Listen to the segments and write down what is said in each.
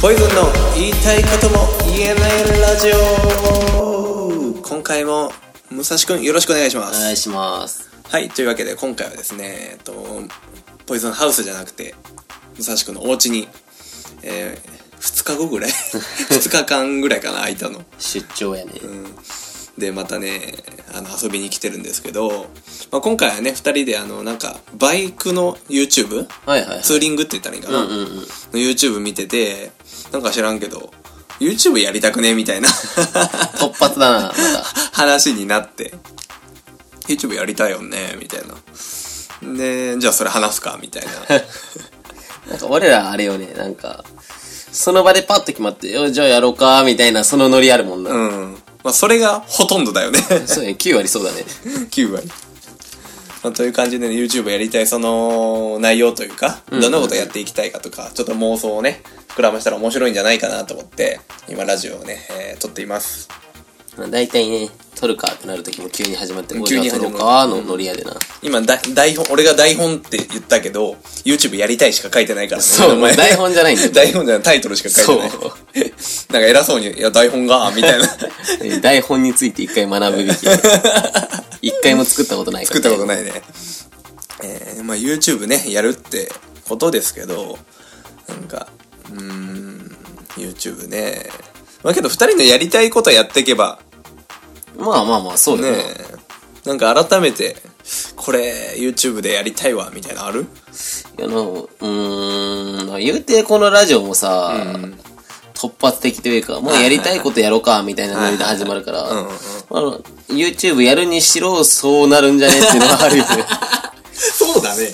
ポイズンの言いたいことも言えないラジオ今回も武蔵くんよろしくお願いしまおす願いしますはいというわけで今回はですね、えっと、ポイズンハウスじゃなくて武蔵くんのお家に、え2日後ぐらい2日間ぐらいかな空いたの出張やね、でまたねあの遊びに来てるんですけど、まあ、今回はね2人であのなんかバイクの YouTube はいはいはいツーリングって言ったらいいかな、うんうんうんの YouTube 見ててなんか知らんけど YouTube やりたくねみたいな 突発だなま話になって YouTube やりたいよねみたいなでじゃあそれ話すかみたいなたなんか俺らあれよねなんかその場でパッと決まってよじゃあやろうかみたいなそのノリあるも んな、うんまあそれがほとんどだよ ねそうやね9割そうだね9割、まあ、という感じで、ね、YouTube やりたいその内容というかどんなことやっていきたいかとかちょっと妄想をね膨らましたら面白いんじゃないかなと思って今ラジオをね、えー撮ってい ますまあ大体ね撮るかってなる時も急に始まって「おじ急ゃあに撮始まろるうか」のノリやでな、今だ台本俺が台本って言ったけど YouTube やりたいしか書いてないからねそう名前台本じゃないんだよ 台本じゃないタイトルしか書いてないそうなんか偉そうに「いや台本が」みたいな え台本について一回学ぶべき一回も作ったことないから作ったことないねえー、まあ YouTube ねやるってことですけどなんかうーん YouTube ねまあけど2人のやりたいことやっていけばまあまあまあそうだねねなんか改めてこれ YouTube でやりたいわみたいなのあるいやのうーん言うてこのラジオもさ、突発的というかもうやりたいことやろうかみたいなノリで始まるから、んうんあの YouTube やるにしろそうなるんじゃねっていうのはあるよ ねそうだね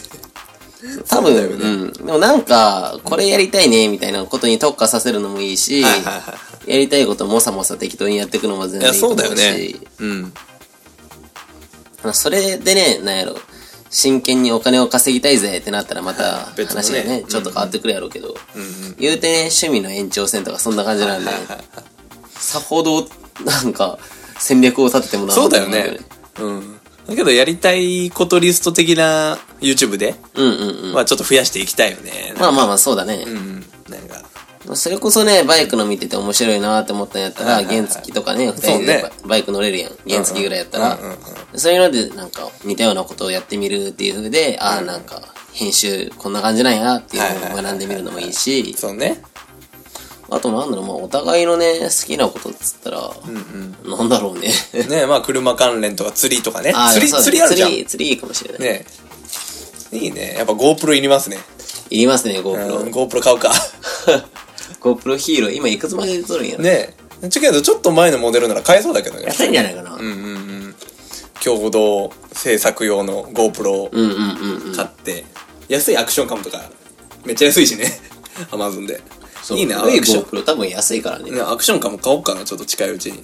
多分うん、でもなんかこれやりたいねみたいなことに特化させるのもいいし、はいはいはいはやりたいこともさもさ適当にやっていくのも全いや然いいとそ思ううしだよねうんあのそれでね、なんやろ、真剣にお金を稼ぎたいぜってなったらまた別のね話がね、ちょっと変わってくるやろうけど、言うてね、趣味の延長線とかそんな感じなんで、さほど、なんか、戦略を立ててもらそうだよね。うん。だけど、やりたいことリスト的な YouTube で、うんうんうん。まあちょっと増やしていきたいよね。まあまあまあ、そうだねう。ん。なんか、それこそね、バイクの見てて面白いなって思ったんやったら、原付きとかね、二そうね人でバイク乗れるやん。原付きぐらいやったらうんうんうん。そういうので、なんか、似たようなことをやってみるっていう風で、ああ、なんか、編集こんな感じなんやなっていうのを学んでみるのもいいし、そうね。あとなんだろう、まあ、お互いのね、好きなことっつったら、なんだ ろうね。 ねまあ車関連とか釣りとかね。ー釣り、そうだね釣りあるじゃん。釣ねり、釣りいいかもしれない。いいね。やっぱ GoPro いりますね。いりますね、うん GoPro。 GoPro 買う か。 GoPro ヒーロー、今いくつまでで撮るんやろ。ねえ。ちょけど、ちょっと前のモデルなら買えそうだけどね。安いんじゃないかな。うんうんうん。共同制作用の GoPro をうんうんうんうん。買って、安いアクションカムとか、めっちゃ安いしね。Amazon で。そういいね、アこれクション。 GoPro 多分安いからね。ね、アクションカム買おうかな、ちょっと近いうちに。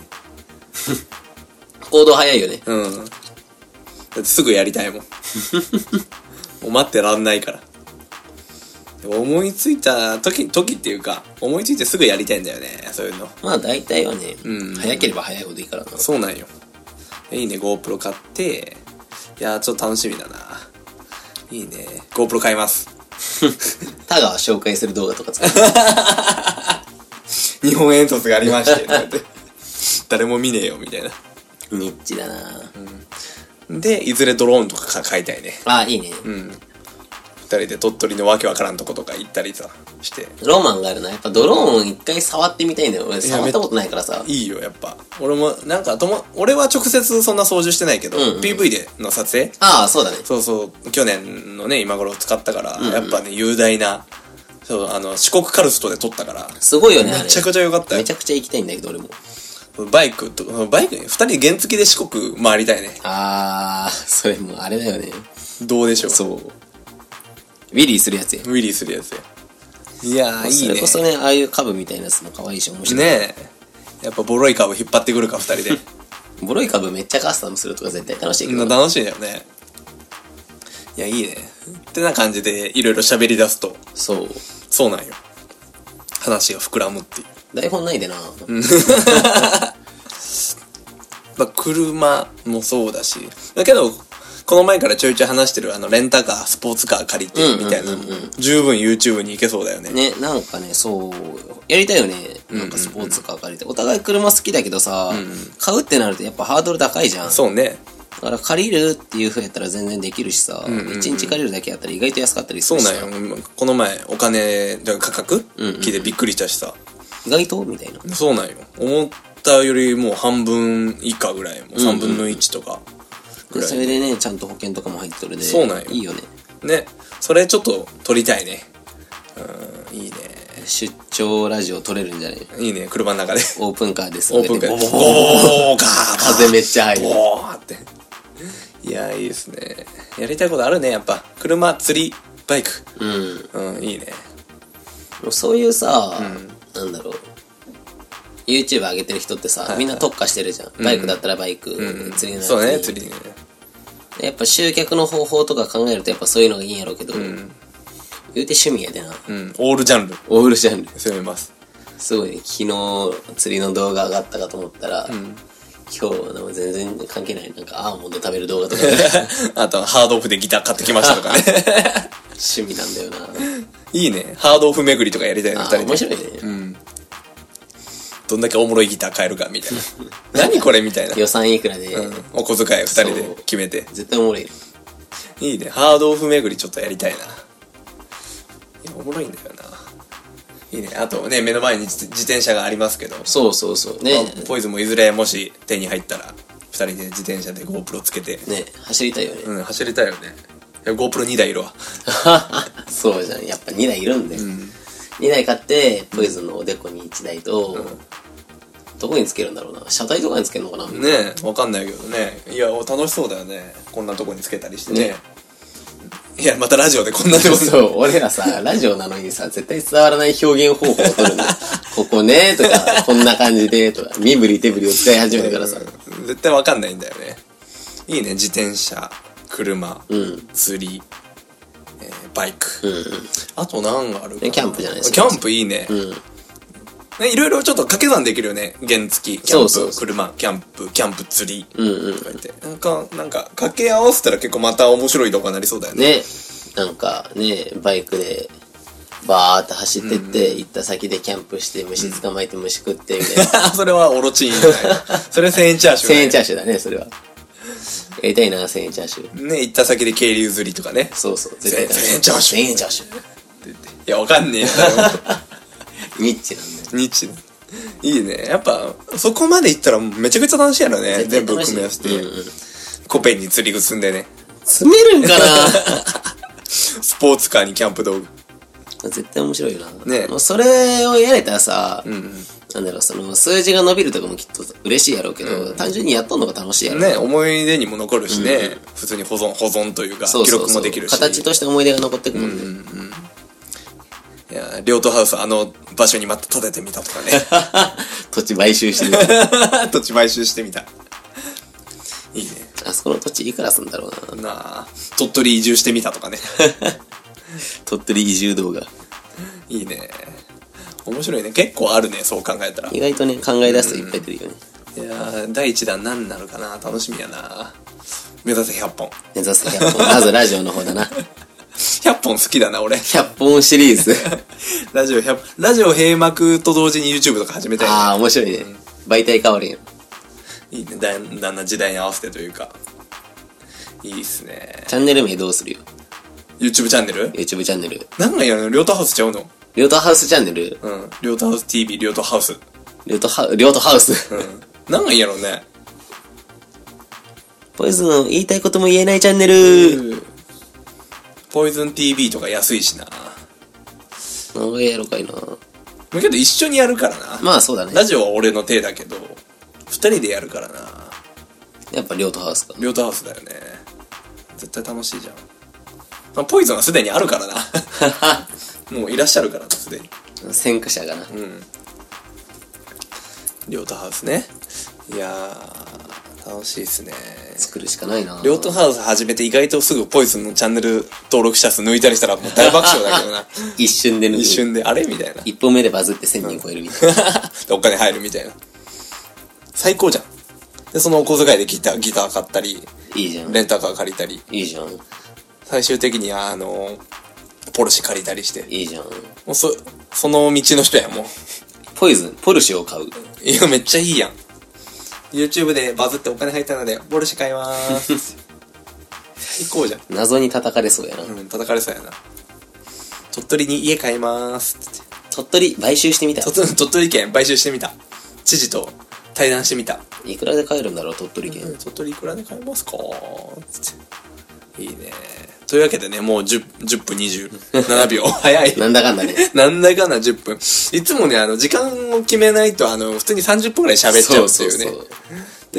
行動早いよね。うん。だってすぐやりたいもん。も う待ってらんないから。でも思いついた時、時っていうか、思いついてすぐやりたいんだよね、そういうの。まあ大体はね、うん早ければ早いほどいいからな。そうなんよ。いいね、GoPro 買って。いやー、ちょっと楽しみだな。いいね。GoPro 買います。他が紹介する動画とか作って。日本煙突がありまして、とか言って 誰も見ねえよ、みたいな。 ニッチだな、で、いずれドローンとか買いたいね。ああ、いいね、二人で鳥取のわけわからんとことか行ったりさ、して。ロマンがあるな。やっぱドローンを一回触ってみたいんだよ。俺触ったことないからさ。いいよ、やっぱ。俺も、なんか、とも、俺は直接そんな操縦してないけど、うんうん PV での撮影ああ、そうだね。そうそう、去年のね、今頃使ったから、やっぱね、雄大な、そう、あの、四国カルストで撮ったから、すごいよね、あれ。めちゃくちゃ良かっためよち。ゃくちゃ行きたいんだけど、俺も。バイクと、バイク、二人原付で四国回りたいね。ああ、それもうあれだよね。どうでしょう。そう。ウィリーするやつや。ウィリーするやつよ。いやー、いいそれねこ。そね、ああいうカブみたいなやつも可愛いし、面白い。ねえ。やっぱボロい株引っ張ってくるか、二 人で。ボロいカブめっちゃカスタムするとか絶対楽しいけど。楽しいよね。いや、いいね。ってな感じで、いろいろ喋り出すと、そう。そうなんよ。話が膨らむっていう。台本ないでな。まあ、車もそうだし。だけど、この前からちょいちょい話してる、あの、レンタカー、スポーツカー借りて、みたいなのも、十分 YouTube に行けそうだよね。ね、なんかね、そう、やりたいよね。なんかスポーツカー借りて。お互い車好きだけどさ、買うってなるとやっぱハードル高いじゃん。そうね。だから借りるっていう風やったら全然できるしさ、一、日借りるだけやったら意外と安かったりすそるうしさ。なんよ。この前、お金、じゃあ価格、聞いてびっくりしたしさ。意外とみたいな。そうなんよ。思ったよりもう半分以下ぐらい。もう3分の1とかぐらい。それでね、ちゃんと保険とかも入っとるで。そうなんよいいよね。ね。それちょっと取りたいね。うん、いいね。出張ラジオ撮れるんじゃないいいね、車の中で。オープンカーです。オープンカーで。ボゴボーボボガー風めっちゃ入る。ボーって。いや、いいですね。やりたいことあるね、やっぱ。車、釣り、バイク。うん。うん、いいね。もうそういうさ、なんだろう YouTube 上げてる人ってさ、みんな特化してるじゃん、バイクだったらバイク、釣りならそうね、釣釣りりね。やっぱ集客の方法とか考えるとやっぱそういうのがいいんやろうけど、言うて趣味やでなうん、オールジャンル。オールジャンル攻めます。 すごいね昨日釣りの動画上がったかと思ったら、今日でも全然関係ないなんかアーモンド食べる動画とか あと、ハードオフでギター買ってきましたとかね。 趣味なんだよないいね。ハードオフ巡りとかやりたいの、二あ人で。面白いね、どんだけおもろいギター買えるか、みたいな。 何これみたいな。予算いくらで、うんお小遣いを二人で決めて。絶対おもろいいいね。ハードオフ巡りちょっとやりたいな。いや、おもろいんだよな。いいね。あとね、目の前に自自転車がありますけど、そうそうそうねまあポイズもいずれもし手に入ったら、二人で自転車で GoPro つけて、ね走りたいよね、うん、走りたいよね。いや GoPro2 台いるわ。 そうじゃん。やっぱ2台いるんだよ。2台買って、ポイズンのおでこに1台と、どこにつけるんだろうな。車体とかにつけるのかな、ねえ、わかんないけどね。いや、楽しそうだよね。こんなとこにつけたりしてね。ねいや、またラジオでこんなとこに。そう、俺らさ、ラジオなのにさ、絶対伝わらない表現方法を取るんだよ。ここねとか、こんな感じでとか、身振り手振りを使い始めてからさ、うん絶対わかんないんだよねいいね自転車車、ん釣り、えーバイク、あと何があるかねキャンプじゃないですキかャンプいいね,、ねいろいろちょっと掛け算できるよね原付きキャンそプうそうそう車キャンプキャンプ釣り、とか言ってなんかなんか掛け合わせたら結構また面白い動画になりそうだよねね、なんかね、バイクで、バーって走ってって、行った先でキャンプして、虫捕まえて虫食って、みたい な。それはオロチンじゃない それ千円チャーシュー1000円チャャーシューだね、それは。やりたいな、1000円チャーシュー。ーね行った先で渓流釣りとかねそうそう、 1000円チャーシュー1000円チャーシュー。いやわかんねえんだよ ニッチなんだよ。日いいねやっぱそこまでいったらめちゃくちゃ楽しいやろね全部組み合わせて、コペンに釣り具積んでね詰めるん かなスポーツカーにキャンプ道具絶対面白いよな。ねもうそれをやれたらさ、なんだろう、その数字が伸びるとかもきっと嬉しいやろうけど、単純にやっとんのが楽しいやろ。ね思い出にも残るしね、普通に保存保存というかそう記そうそう録もできるし形として思い出が残ってくもんね。いや両都ハウスあの場所にまた建ててみたとかね 土地買収してる。土地買収してみたいいね あそこの土地いくらすんだろうな。なあ鳥取移住してみたと かね鳥取移住動画。いいね面白いね結構あるねそう考えたら意外とね、考え出すといっぱい出るよね。いやー第1弾何になるかな楽しみやな目指せ100本目指す100本。まずラジオの方だな。 100本好きだな俺 100本シリー ズ。ラジオ100ラジオ閉幕と同時に YouTube とか始めたいねああ、面白いね。媒体変わるやん。いいねだんだんな時代に合わせてというかいいっすねチャンネル名どうするよ YouTube チャンネル ?YouTube チャンネル。何がやるのリョートハウスちゃうのリョートハウスチャンネルうんリョートハウス TV リョートハウスリョートハウ、リョートハウス。何がいいやろうねポイズンの言いたいことも言えないチャンネル。ポイズン TV とか安いしな何がやろうかいな。だけど一緒にやるからな、まあそうだねラ。ジオは俺の手だけど二人でやるからなやっぱリョートハウスか。リョートハウスだよね絶対楽しいじゃん、まあ、ポイズンはすでにあるからなもういらっしゃるからなすでに先駆者がな。リョートハウスねいやー楽しいっすね作るしかないな。リョートハウス始めて意外とすぐポイズンのチャンネル登録者数抜いたりしたらもう大爆笑だけどな一瞬で抜く。一。瞬であれみたいな 一本目でバズって1000人超えるみたいな。でお金入るみたいな最高じゃんでそのお小遣いでギターギター買ったりいいじゃん。レンタカー借りたりいいじゃん。最終的にあのポルシェ借りたりしていいじゃん。もうそ、その道の人や、もう。ポイズン、ポルシェを買う。いや、めっちゃいいやん。YouTube でバズってお金入ったので、ボルシェ買いまーす。 最高じゃん。謎に叩かれそうやな。うん、叩かれそうやな。鳥取に家買いまーすって鳥取、買収してみたい鳥。取。鳥取県買収してみた。知事と対談してみた。いくらで買えるんだろう、鳥取県。鳥取いくらで買えますかつって。いいね。というわけでね、もう 10, 10分27秒。早い。なんだかんだね。なんだかな10分。いつもね、あの、時間を決めないと、あの、普通に30分くらい喋っちゃうっていうね。そうそうそう。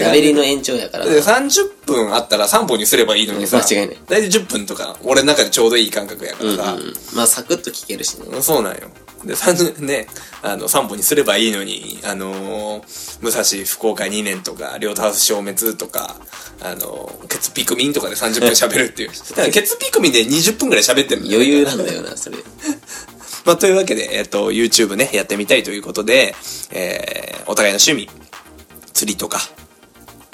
ラベリの延長やからな。で30分あったら3本にすればいいのにさ、うん間違いない大体10分とか、俺の中でちょうどいい感覚やからさ、うんまあ、サクッと聞けるしね。そうなんよ。で、30ね、あの、3本にすればいいのに、あのー武蔵福岡2年とか、両タハウス消滅とか、あのーケツピクミンとかで30分喋るって いう。だからケツピクミンで20分くらい喋ってるのよ余裕なんだよな、それ。まあ、というわけで、えっ、と、YouTube ね、やってみたいということで、えー、お互いの趣味、釣りとか、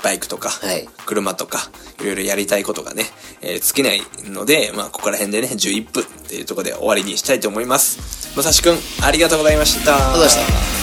バイクとか、はい車とか、いろいろやりたいことがね、えー尽きないので、まあ、ここら辺でね、11分っていうところで終わりにしたいと思います。武蔵くん、ありがとうございました。ありがとうございました。